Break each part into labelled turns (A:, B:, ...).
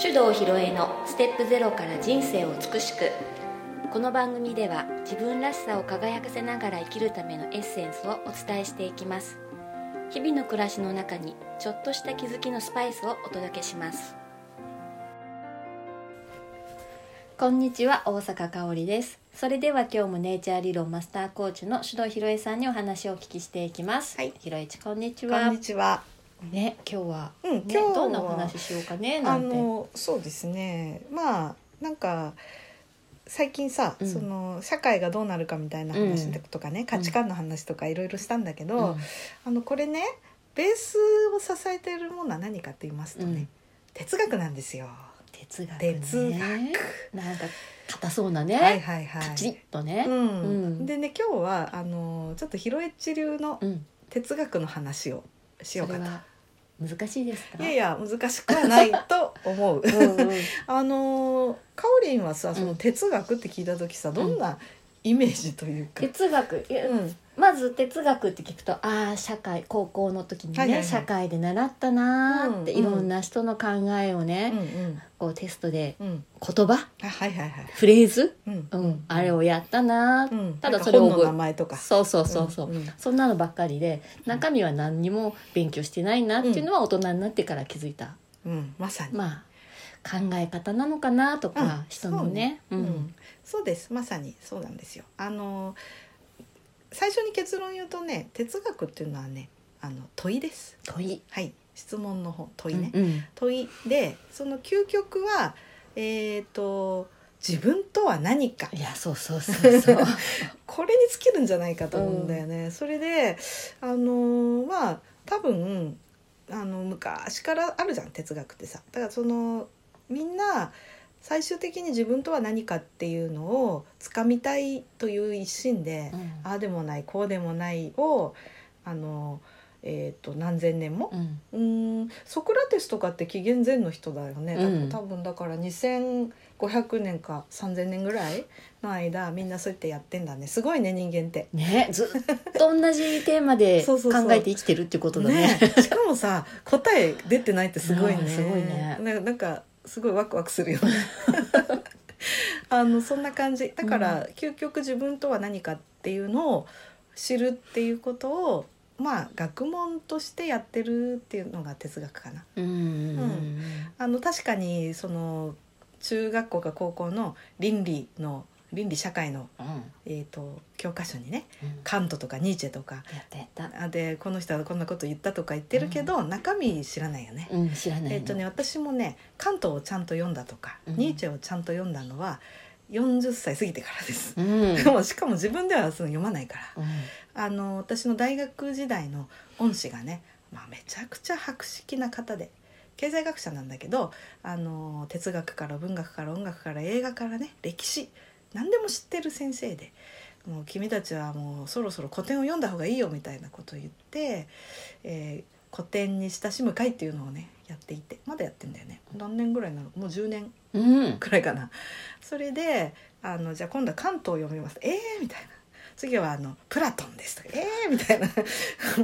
A: 手動ひろえのステップゼロから人生を美しくこの番組では自分らしさを輝かせながら生きるためのエッセンスをお伝えしていきます日々の暮らしの中にちょっとした気づきのスパイスをお届けしますこんにちは大阪香織ですそれでは今日もネイチャー理論マスターコーチの手動ひろえさんにお話をお聞きしていきます、
B: はい
A: ひろえちこんにち
B: こ
A: は
B: んにちは。
A: ね今日は、
B: うん
A: ね、
B: 今日は
A: どんなお話しようかねな
B: あ
A: んて
B: のそうですね。まあなんか最近さ、
A: うん
B: その社会がどうなるかみたいな話とかね、価値観の話とかいろいろしたんだけど、
A: うん
B: あのこれねベースを支えているものは何かと言いますとね、
A: うん
B: 哲学なんですよ。
A: 哲学ね
B: 哲学。
A: なんか硬そうなね、
B: はいはいは
A: カチッ
B: い。
A: とね、
B: うん
A: うん
B: でね今日はあのちょっとヒロエッチ流の
A: うん、
B: 哲学の話をしよう
A: そ
B: か
A: れ
B: と。
A: は難しいですか
B: いやいや難しくはないと思う。
A: うん うん
B: あのーかおりんはさその哲学って聞いた時さ、どんなイメージというか、
A: 哲学いや
B: うん
A: まず哲学って聞くとああ社会高校の時にね、
B: はいはいはい
A: 社会で習ったなーって、
B: うん
A: いろんな人の考えを
B: うん
A: ね、
B: うん
A: こうテストで
B: うん
A: 言葉
B: あはいはいはい
A: フレーズ、
B: うん
A: うん、あれをやったな
B: う
A: ー、
B: ん
A: ただそれを
B: なんか
A: 覚
B: 本
A: え
B: の名前とか
A: そうそうそうそう、
B: んん
A: そんなのばっかりで中身は何にも勉強してないなっていうのは大人になってから気づいた、
B: うんまさに、
A: まあ考え方なのかなとか、
B: うん
A: 人のねう
B: うん
A: ん
B: そうですまさにそうなんですよあのー最初に結論言うとね哲学っていうのはねあの問いです
A: 問い、
B: はい質問の方問いね、
A: うん
B: 問いでその究極はえっ、と自分とは何か
A: いやそうそうそう そう
B: これに尽きるんじゃないかと思うんだよね。それであのーまあ多分あの昔からあるじゃん哲学ってさ。だからそのみんな最終的に自分とは何かっていうのを掴みたいという一心で、
A: うん
B: ああでもないこうでもないをあのえー、と何千年も
A: うん
B: うーんソクラテスとかって紀元前の人だよね、だ
A: うん
B: 多分だから2500年か3000年ぐらいの間みんなそうやってやってんだねすごいね人間って。
A: ねずっと同じテーマで 考
B: そうそうそう
A: えて生きてるってことだね
B: ねしかもさ答え出てないってすごいね。
A: うんすごいね
B: ななんかすごいワクワクするよね。 あのそんな感じだから、究極自分とは何かっていうのを知るっていうことをまあ学問としてやってるっていうのが哲学かな。
A: うんうんう
B: うんあの確かにその中学校か高校の倫理の倫理社会の、
A: うん
B: えー、と教科書にね
A: うん
B: カントとかニーチェとか
A: やったやった
B: あでこの人はこんなこと言ったとか言ってるけど、中身知らないよね。
A: うん知らないの
B: えっとね、私もねカントをちゃんと読んだとか、
A: うん
B: ニーチェをちゃんと読んだのは40歳過ぎてからです。
A: うんうん
B: でもしかも自分ではその読まないからあの私の大学時代の恩師がね、まあ、めちゃくちゃ博識な方で経済学者なんだけどあの哲学から文学から音楽から映画からね歴史何でも知ってる先生で「もう君たちはもうそろそろ古典を読んだ方がいいよ」みたいなことを言って、えー古典に親しむ会っていうのをねやっていてまだやってんだよね何年ぐらいなのもう10年
A: うん
B: くらいかなそれであのじゃあ今度は関東を読みますえー、みたいな次はあのプラトンですとかえー、みたいな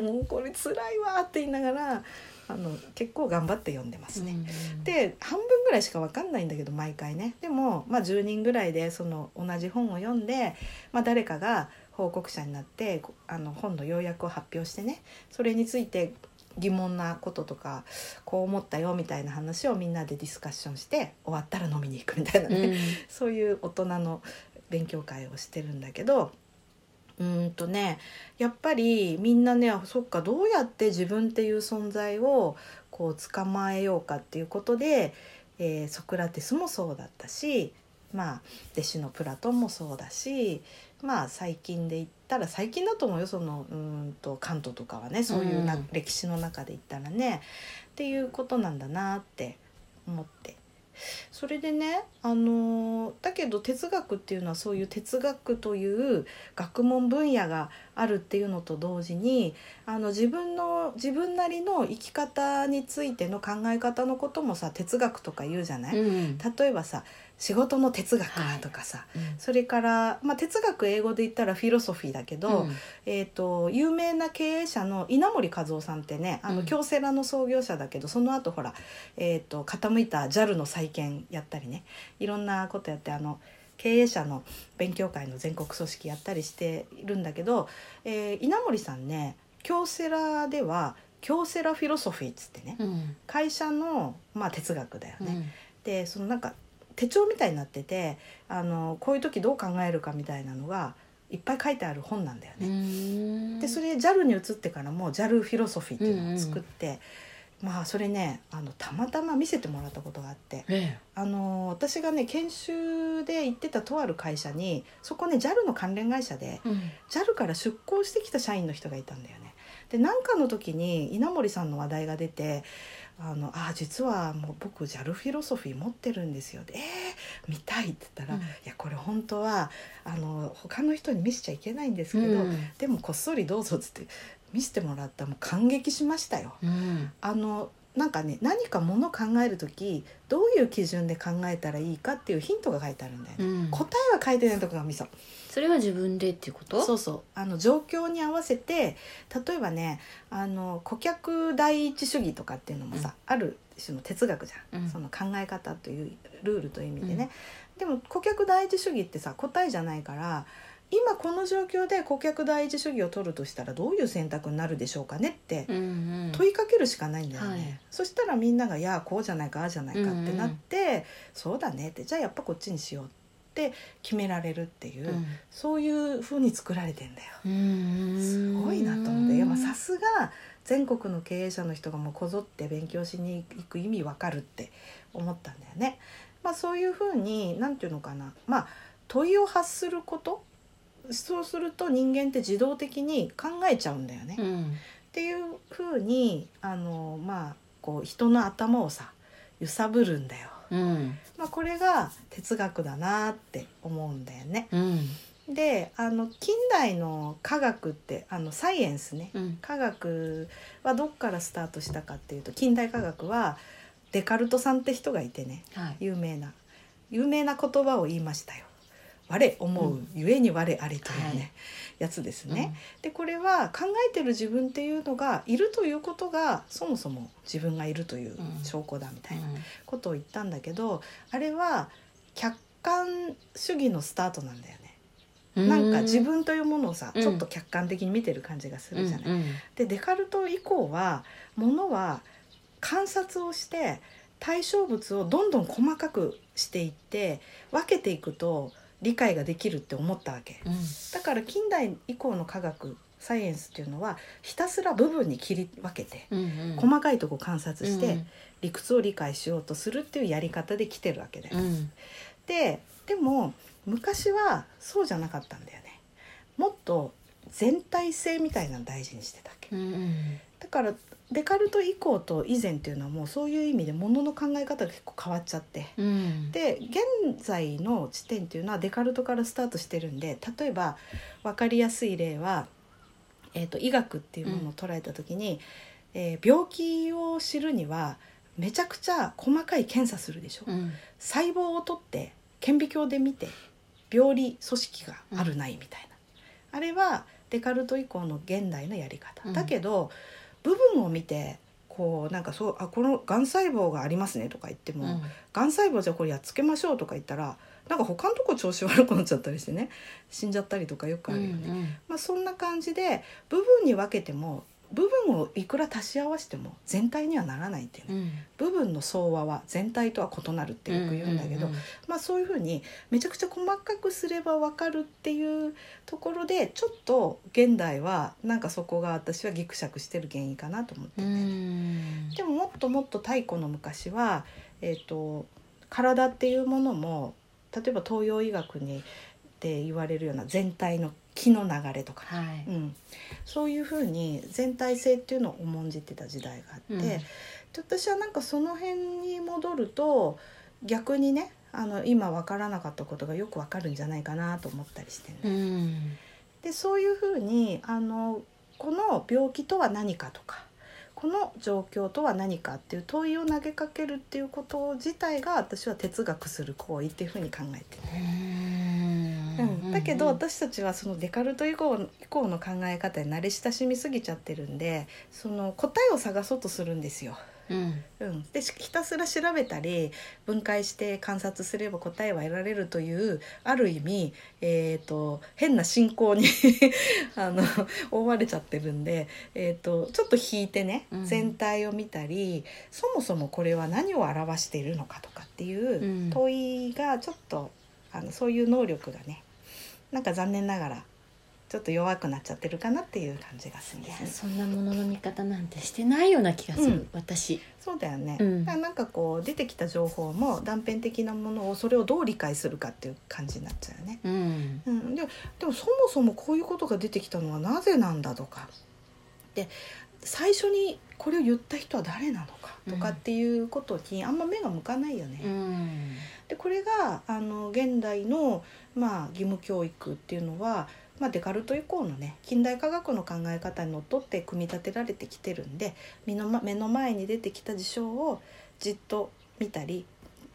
B: もうこれ辛いわーって言いながらあの結構頑張って読んでますね、
A: うん
B: で半分ぐらいしか分かんないんだけど毎回ねでも、まあ、10人ぐらいでその同じ本を読んで、まあ、誰かが報告者になってこあの本の要約を発表してねそれについて疑問なこととかこう思ったよみたいな話をみんなでディスカッションして終わったら飲みに行くみたいな
A: う
B: ね、
A: ん
B: そういう大人の勉強会をしてるんだけどうーんとねやっぱりみんなねあそっかどうやって自分っていう存在をこう捕まえようかっていうことで、えーソクラテスもそうだったしまあ弟子のプラトンもそうだしまあ最近で言ったら最近だと思うよそのうーんと関東とかはねそういうな、
A: うん
B: 歴史の中で言ったらねっていうことなんだなって思ってそれでねあのーだけど哲学っていうのはそういう哲学という学問分野があるっていうのと同時にあの自分の自分なりの生き方についての考え方のこともさ哲学とか言うじゃない、
A: うん
B: 例えばさ仕事の哲学
A: はい
B: とかさ、それから、まあ、哲学英語で言ったらフィロソフィーだけど、
A: うん
B: えー、と有名な経営者の稲森和夫さんってねあ
A: う
B: の
A: ん
B: 京セラの創業者だけど、その後ほら、えー、と傾いた JAL の再建やったりねいろんなことやってあの経営者の勉強会の全国組織やったりしているんだけど、えー稲森さんね京セラでは京セラフィロソフィーっつってね
A: うん
B: 会社の、まあ、哲学だよね。
A: うん
B: でそのなんか手帳みたいになっててあのこういう時どう考えるかみたいなのがいっぱい書いてある本なんだよ
A: う
B: ね。
A: ん
B: でそれ JAL に移ってからも JAL フィロソフィーっていうのを作って、まあそれねあのたまたま見せてもらったことがあって
A: え
B: あの私がね研修で行ってたとある会社にそこね JAL の関連会社で
A: え
B: JAL から出向してきた社員の人がいたんだよね。で何かの時に稲森さんの話題が出て「あのあ実はもう僕 JAL フィロソフィー持ってるんですよ」でえー、見たい」って言ったら「
A: うん
B: いやこれ本当はあの他の人に見せちゃいけないんですけど、
A: うん
B: でもこっそりどうぞ」っつって見せてもらったもう感激しましたよ。
A: うん
B: あのなんかね何かもの考える時どういう基準で考えたらいいかっていうヒントが書いてあるんだよ
A: う
B: ね。
A: ん
B: 答えは書いてないとこがミソ
A: それは自分でっていうこと
B: そうそうあの状況に合わせて例えばねあの顧客第一主義とかっていうのもさ、ある種の哲学じゃん、
A: うん
B: その考え方というルールという意味でね、でも顧客第一主義ってさ答えじゃないから今この状況で顧客第一主義を取るとしたらどういう選択になるでしょうかねって
A: うんうん
B: 問いかけるしかないんだよね、
A: はい
B: そしたらみんなが「いやこうじゃないかああじゃないか」ってなって「そうだね」ってじゃあやっぱこっちにしようって決められるっていう。
A: うん
B: そういう風に作られてんだよ。
A: うん
B: すごいなと思って、いやまあさすが全国の経営者の人がもうこぞって勉強しに行く意味わかるって思ったんだよね。まあそういう風になんていうのかな、まあ問いを発すること、そうすると人間って自動的に考えちゃうんだよね。
A: う
B: っ
A: ん
B: ていう風にあのまあこう人の頭をさ揺さぶるんだよ。
A: うん
B: まあこれが哲学だなって思うんだよね。
A: うん
B: であの近代の科学ってあのサイエンスね
A: うん
B: 科学はどっからスタートしたかっていうと近代科学はデカルトさんって人がいてね
A: はい
B: 有名な有名な言葉を言いましたよ。我思うゆえに我ありというね、
A: はい
B: やつですね。でこれは考えてる自分っていうのがいるということがそもそも自分がいるという証拠だみた
A: う
B: い
A: ん
B: なことを言ったんだけどあれは客観主義のスタートなんだよね。
A: うん
B: なんか自分というものをさ、
A: うん
B: ちょっと客観的に見てる感じがするじゃない。
A: うんうん
B: でデカルト以降はものは観察をして対象物をどんどん細かくしていって分けていくと理解ができるって思ったわけ。
A: うん
B: だから近代以降の科学サイエンスっていうのはひたすら部分に切り分けて
A: うんうん
B: 細かいとこ観察し
A: う
B: て
A: ん
B: 理屈を理解しようとするっていうやり方で来てるわけだよ
A: う。ん
B: ででも昔はそうじゃなかったんだよねもっと全体性みたいなの大事にしてたっけ
A: うんうん
B: だからデカルト以降と以前っていうのはもうそういう意味で物の考え方が結構変わっちゃって
A: うん
B: で現在の地点っていうのはデカルトからスタートしてるんで例えば分かりやすい例は、えー、と医学っていうものを捉えた時に、えー病気を知るにはめちゃくちゃ細かい検査するでしょ。
A: うん
B: 細胞を取って顕微鏡で見て病理組織があるないみたいな、あれはデカルト以降の現代のやり方、
A: うん
B: だけど部分を見てこうなんかそうあこのがん細胞がありますねとか言っても、
A: うん
B: がん細胞じゃあこれやっつけましょうとか言ったらなんか他のとこ調子悪くなっちゃったりしてね死んじゃったりとかよくあるよね、まあ、そんな感じで部分に分けても部分をいくら足し合わせても全体にはならないっていうね
A: うんうん
B: 部分の総和は全体とは異なるってよく言うんだけど、
A: うんうん
B: まあ、そういうふうにめちゃくちゃ細かくすれば分かるっていうところでちょっと現代はなんかそこが私はギクシャクしてる原因かなと思ってて、
A: うん
B: でももっともっと太古の昔は、えー、と体っていうものも例えば東洋医学にで言われるような全体の気の流れとか、
A: はい
B: うん、そういうふうに全体性っていうのを重んじてた時代があって。
A: うん
B: で私はなんかその辺に戻ると逆にねあの今分からなかったことがよく分かるんじゃないかなと思ったりしてね、
A: うん
B: でそういうふうにあのこの病気とは何かとかこの状況とは何かっていう問いを投げかけるっていうこと自体が私は哲学する行為っていうふうに考えてるうん、だけど私たちはそのデカルト以降以降の考え方に慣れ親しみすぎちゃってるんでその答えを探そうとするんですよ。
A: うん
B: うん、でしひたすら調べたり分解して観察すれば答えは得られるというある意味、えー、と変な信仰に あの覆われちゃってるんで、えー、とちょっと引いてね
A: うん
B: 全体を見たり、そもそもこれは何を表しているのかとかっていう
A: うん
B: 問いがちょっとあのそういう能力がねなんか残念ながらちょっと弱くなっちゃってるかなっていう感じがするん
A: い
B: で
A: や
B: すね。
A: そんなものの見方なんてしてないような気がする、
B: うん
A: 私
B: そうだよね、
A: うん
B: だからなんかこう出てきた情報も断片的なものをそれをどう理解するかっていう感じになっちゃうよね。
A: うん
B: うん、でもでもそもそもこういうことが出てきたのはなぜなんだとかで最初にこれを言った人は誰なのかとかっていうことにあんま目が向かないよね。
A: うん
B: でこれがあの現代の、まあ、義務教育っていうのは、まあ、デカルト以降のね近代科学の考え方にのっとって組み立てられてきてるんで目の,、ま、目の前に出てきた事象をじっと見たり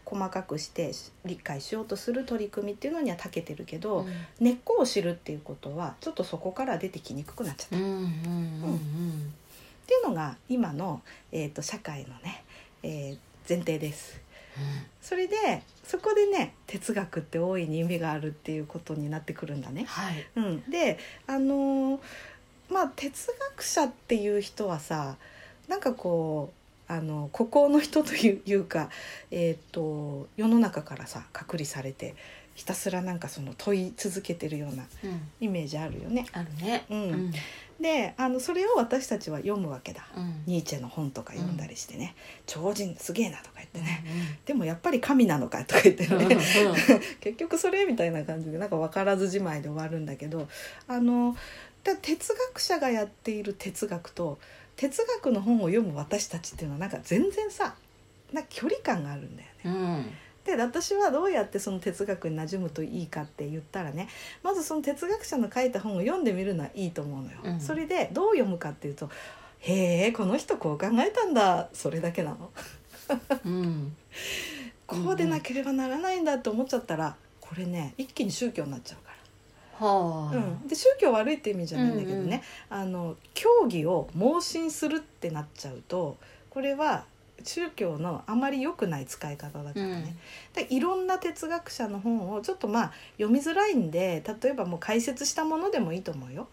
B: 細かくしてし理解しようとする取り組みっていうのには長けてるけど、根っこを知るっていうことはちょっとそこから出てきにくくなっちゃった
A: うんうんう
B: っ
A: ん
B: ていうのが今の、えー、と社会のね、えー前提です。それでそこでね哲学って大いに意味があるっていうことになってくるんだ
A: うん
B: ね。
A: はい
B: うん、であのーまあ哲学者っていう人はさなんかこうあの孤高の人といういうか、えー、と世の中からさ隔離されてひたすらなんかその問い続けてるような
A: うん
B: イメージあるよね。
A: あるね
B: う、
A: うんん
B: であのそれを私たちは読むわけだ。
A: うん
B: ニーチェの本とか読んだりしてね「超人すげえな」とか言ってね
A: ね
B: でもやっぱり神なのかとか言って
A: うん
B: ね結局それみたいな感じでなんか分からずじまいで終わるんだけどあのだ哲学者がやっている哲学と哲学の本を読む私たちっていうのはなんか全然さなんか距離感があるんだよね。
A: うん
B: で私はどうやってその哲学に馴染むといいかって言ったらねまずその哲学者の書いた本を読んでみるのはいいと思うのよ。
A: うん
B: それでどう読むかっていうと「へえこの人こう考えたんだそれだけなの」
A: うん
B: こうでなければならないんだって思っちゃったらこれね一気に宗教になっちゃう
A: は
B: から、
A: あ
B: うん、で宗教悪いって意味じゃないんだけどね、あの教義を盲信するってなっちゃうとこれは宗教のあまり良くない使い方だからね、でいろんな哲学者の本をちょっとまあ読みづらいんで例えばもう解説したものでもいいと思うよ。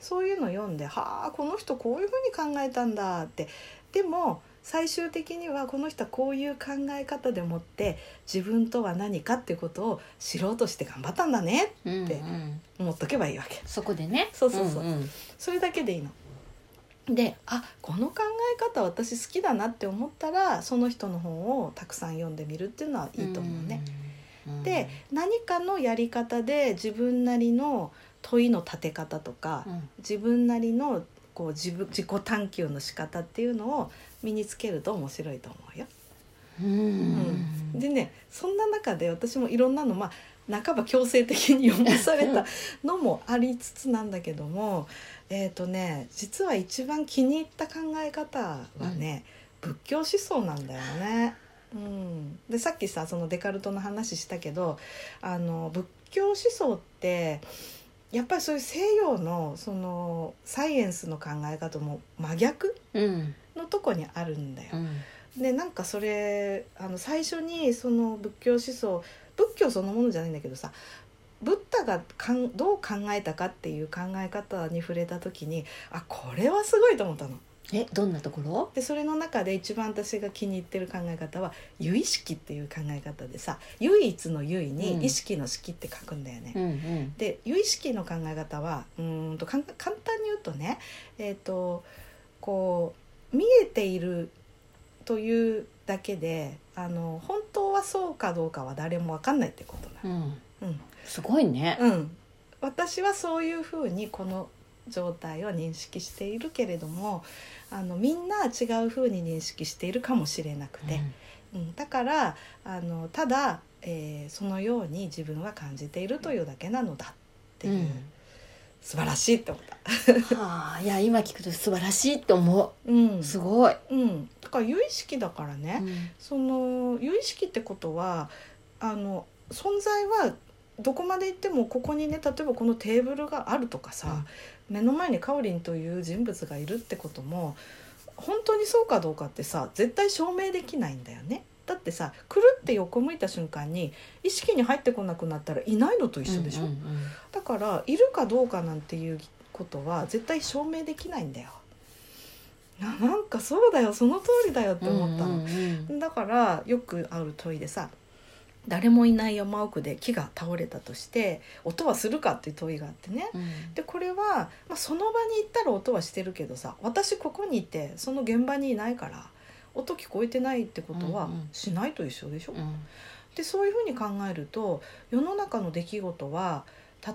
B: そういうの読んで「はあこの人こういうふうに考えたんだ」ってでも最終的にはこの人はこういう考え方でもって自分とは何かっていうことを知ろうとして頑張ったんだねって
A: うん
B: で
A: うん
B: 思っとけばいいわけ
A: そこでね
B: そうそうそうん
A: ん
B: それだけでいいの。であこの考え方私好きだなって思ったらその人の本をたくさん読んでみるっていうのはいいと思うね。
A: うん
B: で何かのやり方で自分なりの問いの立て方とか、
A: うん
B: 自分なりのこう自分自己探求の仕方っていうのを身につけると面白いと思うよ。
A: うん
B: でねそんな中で私もいろんなのまあ半ば強制的に読まされたのもありつつなんだけどもえっ、とね実は一番気に入った考え方はね、仏教思想なんだよね。うん、でさっきさそのデカルトの話したけどあの仏教思想ってやっぱりそういう西洋のそのサイエンスの考え方も真逆
A: うん
B: のとこにあるんだよ
A: う。ん
B: でなんかそれあの最初にその仏教思想仏教そのものじゃないんだけどさブッダがかんどう考えたかっていう考え方に触れた時にあこれはすごいと思ったの。
A: えどんなところ
B: でそれの中で一番私が気に入ってる考え方は「唯意識」っていう考え方でさ「唯一の唯」
A: うん
B: に「意識の識」って書くんだよね。
A: うんうん
B: で有意識の考え方はうーんとかん簡単に言うとねえっ、とこう見えているというだけであの本当はそうかどうかは誰もわかんないってこと
A: うん
B: なの、
A: すごいね
B: うんうん、私はそういうふうにこの状態を認識しているけれどもあのみんな違うふうに認識しているかもしれなくて、うん、だからあのただ、えーそのように自分は感じているというだけなのだっていう。
A: うん
B: 素晴らしいって思った。
C: はあいや今聞くと素晴らしいって思
B: うん
C: うすごい、
B: うん、だから有意識だからね、
C: うん
B: その有意識ってことはあの存在はどこまで行ってもここにね例えばこのテーブルがあるとかさ、目の前にカオリンという人物がいるってことも本当にそうかどうかってさ絶対証明できないんだよね。だってさくるって横向いた瞬間に意識に入ってこなくなったらいないのと一緒でしょ、
C: うんうんうん
B: だからいるかどうかなんていうことは絶対証明できないんだよ。ななんかそうだよその通りだよって思ったの。
C: うんうん
B: だからよくある問いでさ誰もいない山奥で木が倒れたとして音はするかっていう問いがあってね。
C: うん
B: でこれは、まあ、その場に行ったら音はしてるけどさ私ここにいてその現場にいないから音聞こえてないってことは
C: うんうん
B: しないと一緒でしょ、
C: うん
B: でそういうふうに考えると世の中の出来事は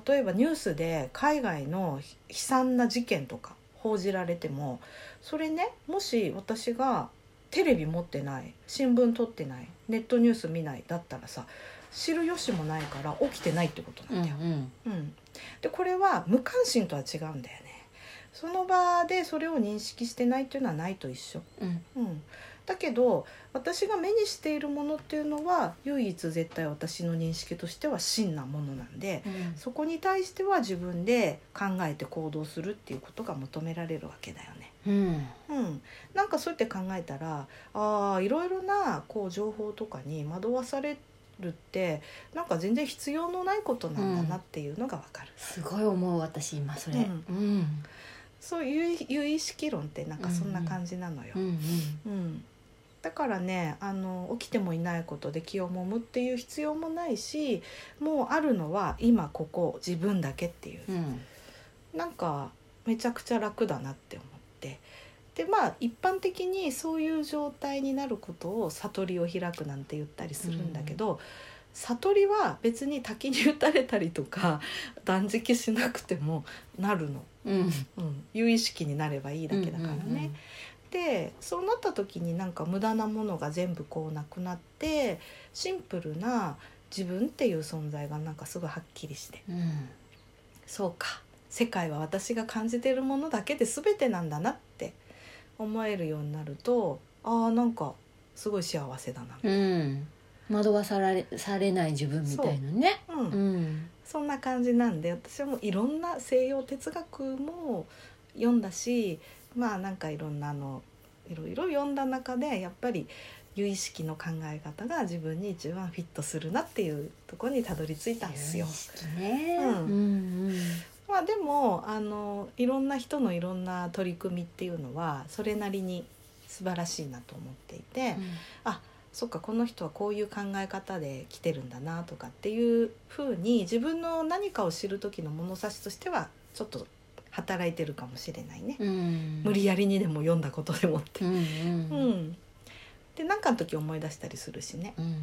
B: 例えばニュースで海外の悲惨な事件とか報じられてもそれねもし私がテレビ持ってない新聞取ってないネットニュース見ないだったらさ知る由もないから起きてないってこと
C: う
B: な
C: ん
B: んだよ。うん、でこれは無関心とは違うんだよね。その場でそれを認識してないっていうのはないと一緒。
C: うん
B: うん、だけど私が目にしているものっていうのは唯一絶対私の認識としては真なものなんで
C: うん
B: そこに対しては自分で考えて行動するっていうことが求められるわけだよね。
C: うん
B: うん、なんかそうやって考えたらあーいろいろなこう情報とかに惑わされるってなんか全然必要のないことなんだなっていうのがわかる、
C: すごい思う私今それ、
B: うん
C: うん
B: そういう有意識論ってなんかそんな感じなのよ。
C: うん
B: うん、だからねあの起きてもいないことで気をもむっていう必要もないしもうあるのは今ここ自分だけっていう
C: うんうん
B: なんかめちゃくちゃ楽だなって思ってでまあ一般的にそういう状態になることを悟りを開くなんて言ったりするんだけど、悟りは別に滝に打たれたりとか断食しなくてもなるの、
C: うん
B: うん、有意識になればいいだけだからね。
C: うんうんうん
B: でそうなった時になんか無駄なものが全部こうなくなってシンプルな自分っていう存在がなんかすごいはっきりして
C: うん
B: そうか世界は私が感じてるものだけで全てなんだなって思えるようになるとああんかすごい幸せだな、
C: うん惑わされされない自分みたいなね
B: うん
C: うん
B: そんな感じなんで私はもういろんな西洋哲学も読んだしまあなんかいろんなあのいろいろ読んだ中でやっぱり有意識の考え方が自分に一番フィットするなっていうところにたどり着いたんですよ
C: 意。識ね
B: うん
C: うん
B: まあでもあのいろんな人のいろんな取り組みっていうのはそれなりに素晴らしいなと思っていて、そっかこの人はこういう考え方で来てるんだなとかっていうふうに自分の何かを知る時の物差しとしてはちょっと働いてるかもしれないね、
C: うんうん
B: 無理やりにでも読んだことでもって
C: う。んう
B: う
C: ん
B: んで何かの時思い出したりするしね
C: うん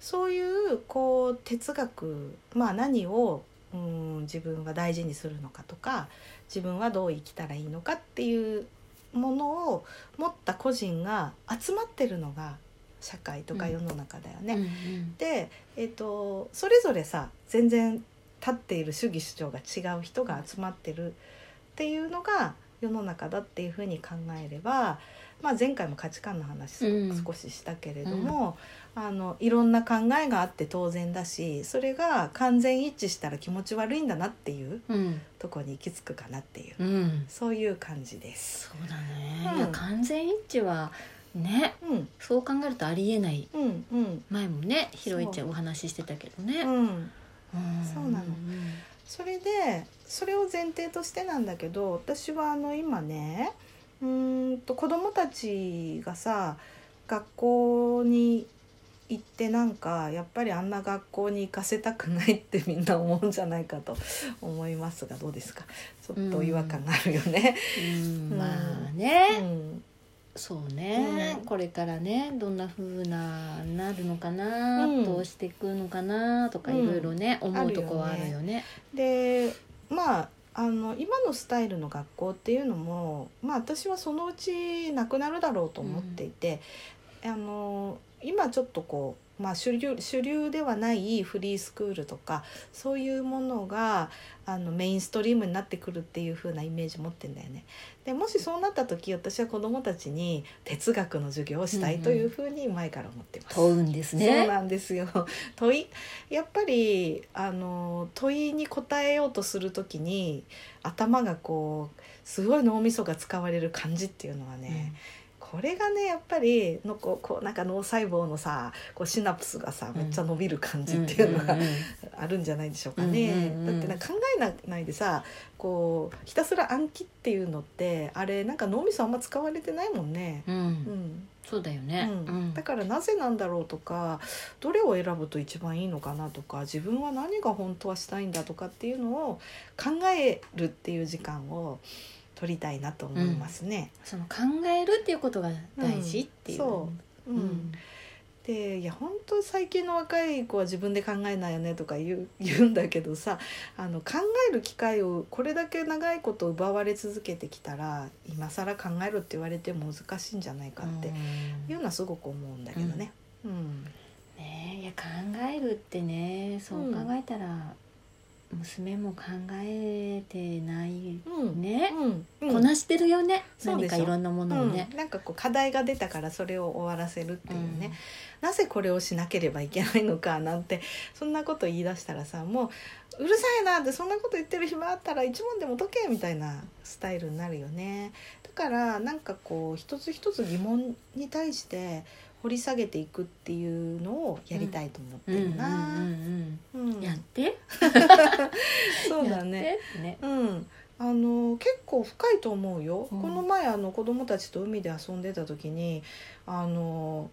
B: そういうこう哲学、まあ、何をうん自分は大事にするのかとか自分はどう生きたらいいのかっていうものを持った個人が集まってるのが社会とか世の中だよね。
C: うん
B: で、えー、とそれぞれさ全然立っている主義主張が違う人が集まってるっていうのが世の中だっていうふうに考えれば、まあ、前回も価値観の話
C: うん
B: 少ししたけれども、あのいろんな考えがあって当然だしそれが完全一致したら気持ち悪いんだなっていう
C: うん
B: とこに行き着くかなっていう、
C: うん
B: そういう感じです。
C: そうだね、
B: うん
C: いや完全一致はね
B: うん、
C: そう考えるとありえない
B: うん、うん、
C: 前もねひろいちゃん
B: そう
C: お話ししてたけどね、
B: うん
C: ん
B: そうなのそれでそれを前提としてなんだけど私はあの今ねうーんと子供たちがさ学校に行ってなんかやっぱりあんな学校に行かせたくないってみんな思うんじゃないかと思いますがどうですかちょっと違和感があるよね。
C: うん
B: うん
C: まあ
B: う
C: ね、
B: ん
C: そうね、
B: うん
C: これからねどんな風ななるのかな、
B: うん
C: どうしていくのかなとか
B: うん
C: いろいろね、思うとこはあ
B: ある
C: るよ
B: よ
C: ね。
B: でまああの今のスタイルの学校っていうのも、まあ、私はそのうちなくなるだろうと思っていて、あの今ちょっとこう、まあ、主流主流ではないフリースクールとかそういうものがあのメインストリームになってくるっていう風なイメージ持ってんだよね。でもしそうなった時私は子どもたちに哲学の授業をしたいという風に前から思ってます。
C: 問うんです
B: そう
C: ね
B: なんですよ 問いやっぱりあの問いに答えようとするときに頭がこうすごい脳みそが使われる感じっていうのはね、これがねやっぱりのこうこうなんか脳細胞のさこうシナプスがさ
C: うん
B: めっちゃ伸びる感じ
C: う
B: っ
C: ん
B: ていうのが
C: んん
B: あるんじゃないでしょうかね。
C: うんうんうん
B: だってなんか考えなないでさこうひたすら暗記っていうのってあれなんか脳みそあんま使われてないもんね。
C: うんうん
B: うん
C: そうだよね、
B: う
C: うんん
B: だからなぜなんだろうとかどれを選ぶと一番いいのかなとか自分は何が本当はしたいんだとかっていうのを考えるっていう時間を取りたいなと思いますね。
C: その考えるっていうことが大事っていう、
B: うんそうう、うんでいや本当最近の若い子は自分で考えないよねとか言う 言うんだけどさあの考える機会をこれだけ長いこと奪われ続けてきたら今更考えろって言われても難しいんじゃないかって
C: うん
B: いうのはすごく思うんだけどね。うん
C: ねえいや考えるってねそう考えたら、娘も考えてない
B: うん
C: ね、
B: うん、
C: こなしてるよね
B: そう
C: 何
B: でしょ
C: かいろんなものをね
B: う、ん、なんかこう課題が出たからそれを終わらせるっていうね、なぜこれをしなければいけないのかなんてそんなこと言い出したらさもううるさいなってそんなこと言ってる暇あったら一問でも解けみたいなスタイルになるよねだからなんかこう一つ一つ疑問に対して掘り下げていくっていうのをやりたいと思って
C: うんうん
B: る
C: うんう
B: な。
C: ん
B: うん
C: やって
B: そうだね
C: やってね
B: うん、あの結構深いと思うよ、
C: うん
B: この前あの子供たちと海で遊んでた時に「あの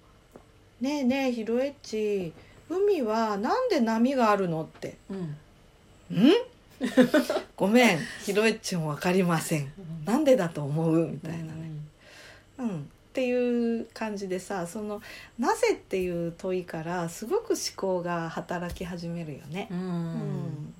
B: ねえねえひろえっち海はなんで波があるの?」って
C: うん
B: 「んごめんひろえっちも分かりませんなんでだと思う?」みたいなね。うんっていう感じでさその「なぜ?」っていう問いからすごく思考が働き始めるよね。
C: うんうん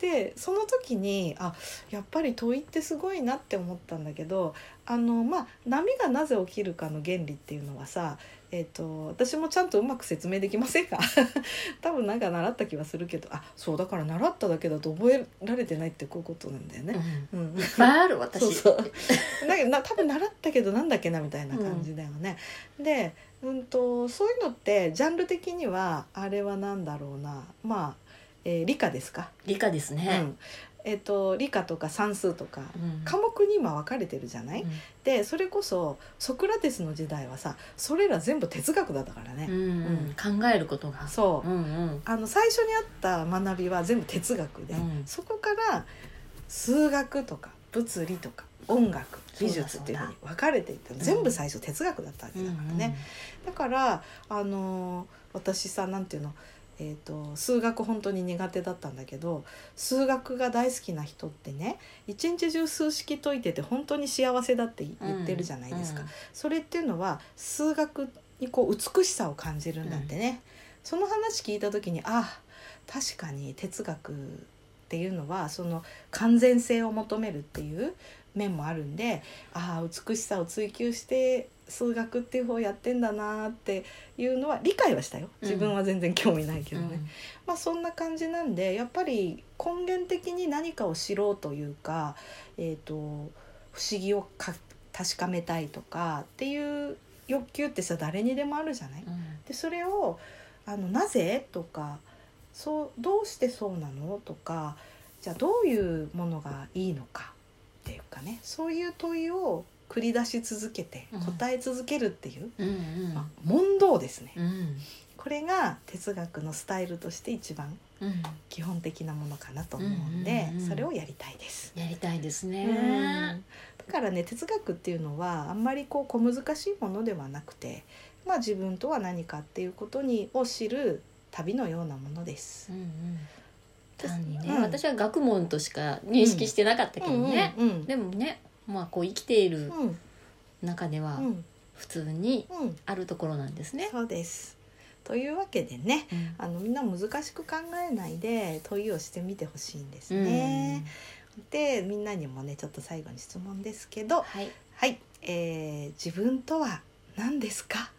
B: でその時にあやっぱり問いってすごいなって思ったんだけどあの、まあ、波がなぜ起きるかの原理っていうのはさ、えっと私もちゃんとうまく説明できませんか 多分なんか習った気はするけどあそうだから習っただけだと覚えられてないってこういうことなんだよね。うん、
C: いっぱいある私
B: そうそう だけどな多分習ったけどなんだっけなみたいな感じだよね。で、うん、とそういうのってジャンル的にはあれは何だろうなまあ、えー理科ですか、
C: 理科です
B: う
C: ね、
B: んえっと理科とか算数とか
C: うん
B: 科目に今分かれてるじゃない、でそれこそソクラテスの時代はさそれら全部哲学だったから
C: う
B: ね。
C: んうん考えることが
B: そう、
C: うんうん
B: あの最初にあった学びは全部哲学で、
C: うん
B: そこから数学とか物理とか音楽美術っていうふうに分かれていった
C: だ
B: 全部最初哲学だったわけだからね、だからあのー私さなんていうのえー、と数学本当に苦手だったんだけど数学が大好きな人ってね一日中数式解いてて本当に幸せだって
C: うんうん
B: 言ってるじゃないですか、それっていうのは数学にこう美しさを感じるんだってね、その話聞いた時にあ確かに哲学っていうのはその完全性を求めるっていう面もあるんでああ美しさを追求して数学っていう方をやってんだなーっていうのは理解はしたよ自分は全然興味ないけ
C: う
B: ど
C: ん
B: ね、まあ、そんな感じなんでやっぱり根源的に何かを知ろうというか、えー、と不思議をか確かめたいとかっていう欲求ってさ誰にでもあるじゃない。
C: うん
B: でそれをあのなぜとかそうどうしてそうなのとかじゃあどういうものがいいのかっていうかねそういう問いを繰り出し続けて
C: うん
B: 答え続けるっていう、
C: うん
B: まあ、問答ですね、
C: うんうん
B: これが哲学のスタイルとして一番
C: うん
B: 基本的なものかなと思うんで、
C: うんうんうん
B: それをやりたいです。
C: やりたいです
B: うん
C: ね
B: だからね哲学っていうのはあんまりこう小難しいものではなくて、まあ、自分とは何かっていうことにを知る旅のようなものです。
C: うんうん単にね
B: うん
C: 私は学問としか認識してなかったけどね
B: うんうん
C: でもねまあこう生きている
B: うん
C: 中では
B: うん
C: 普通に
B: うん
C: あるところなんですね
B: そうですというわけでね
C: うん
B: あのみんな難しく考えないで問いをしてみてほしいんですね。でみんなにもねちょっと最後に質問ですけ
C: うん
B: ど
C: はい
B: はい、えー自分とは何ですか、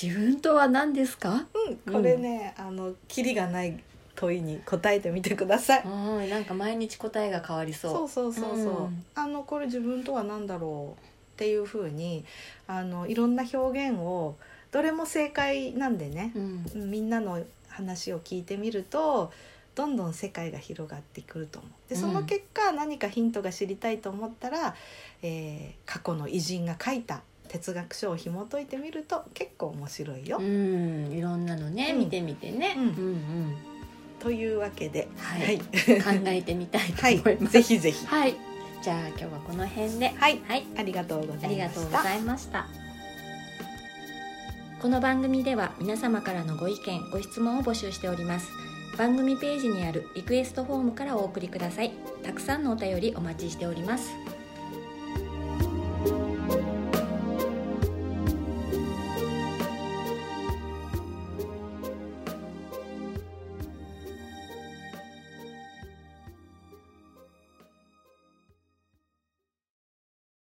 C: 自分とは何ですか
B: うん、これね、あのキリがない問いに答えてみてください、
C: うんなんか毎日答えが変わり
B: そ
C: そう
B: そうそうそう、
C: うん
B: あのこれ自分とは何だろうっていうふうにあのいろんな表現をどれも正解なんでね
C: う、うん
B: みんなの話を聞いてみるとどんどん世界が広がってくると思うでその結果、何かヒントが知りたいと思ったら、えー過去の偉人が書いた哲学書を紐解いてみると結構面白いよ、
C: うんいろんなのね、
B: うん
C: 見てみてね、
B: うん
C: うん
B: というわけで
C: は
B: はい
C: う
B: い、
C: ん考えてみたいと
B: はい
C: 思います
B: ぜひぜひ
C: はい、じゃあ今日はこの辺で
B: はい
C: はい
B: ありがとうござ
C: あ
B: い
C: り
B: ま
C: がとう
B: し
C: ご
B: た
C: ざいました
A: この番組では皆様からのご意見ご質問を募集しております番組ページにあるリクエストフォームからお送りくださいたくさんのお便りお待ちしております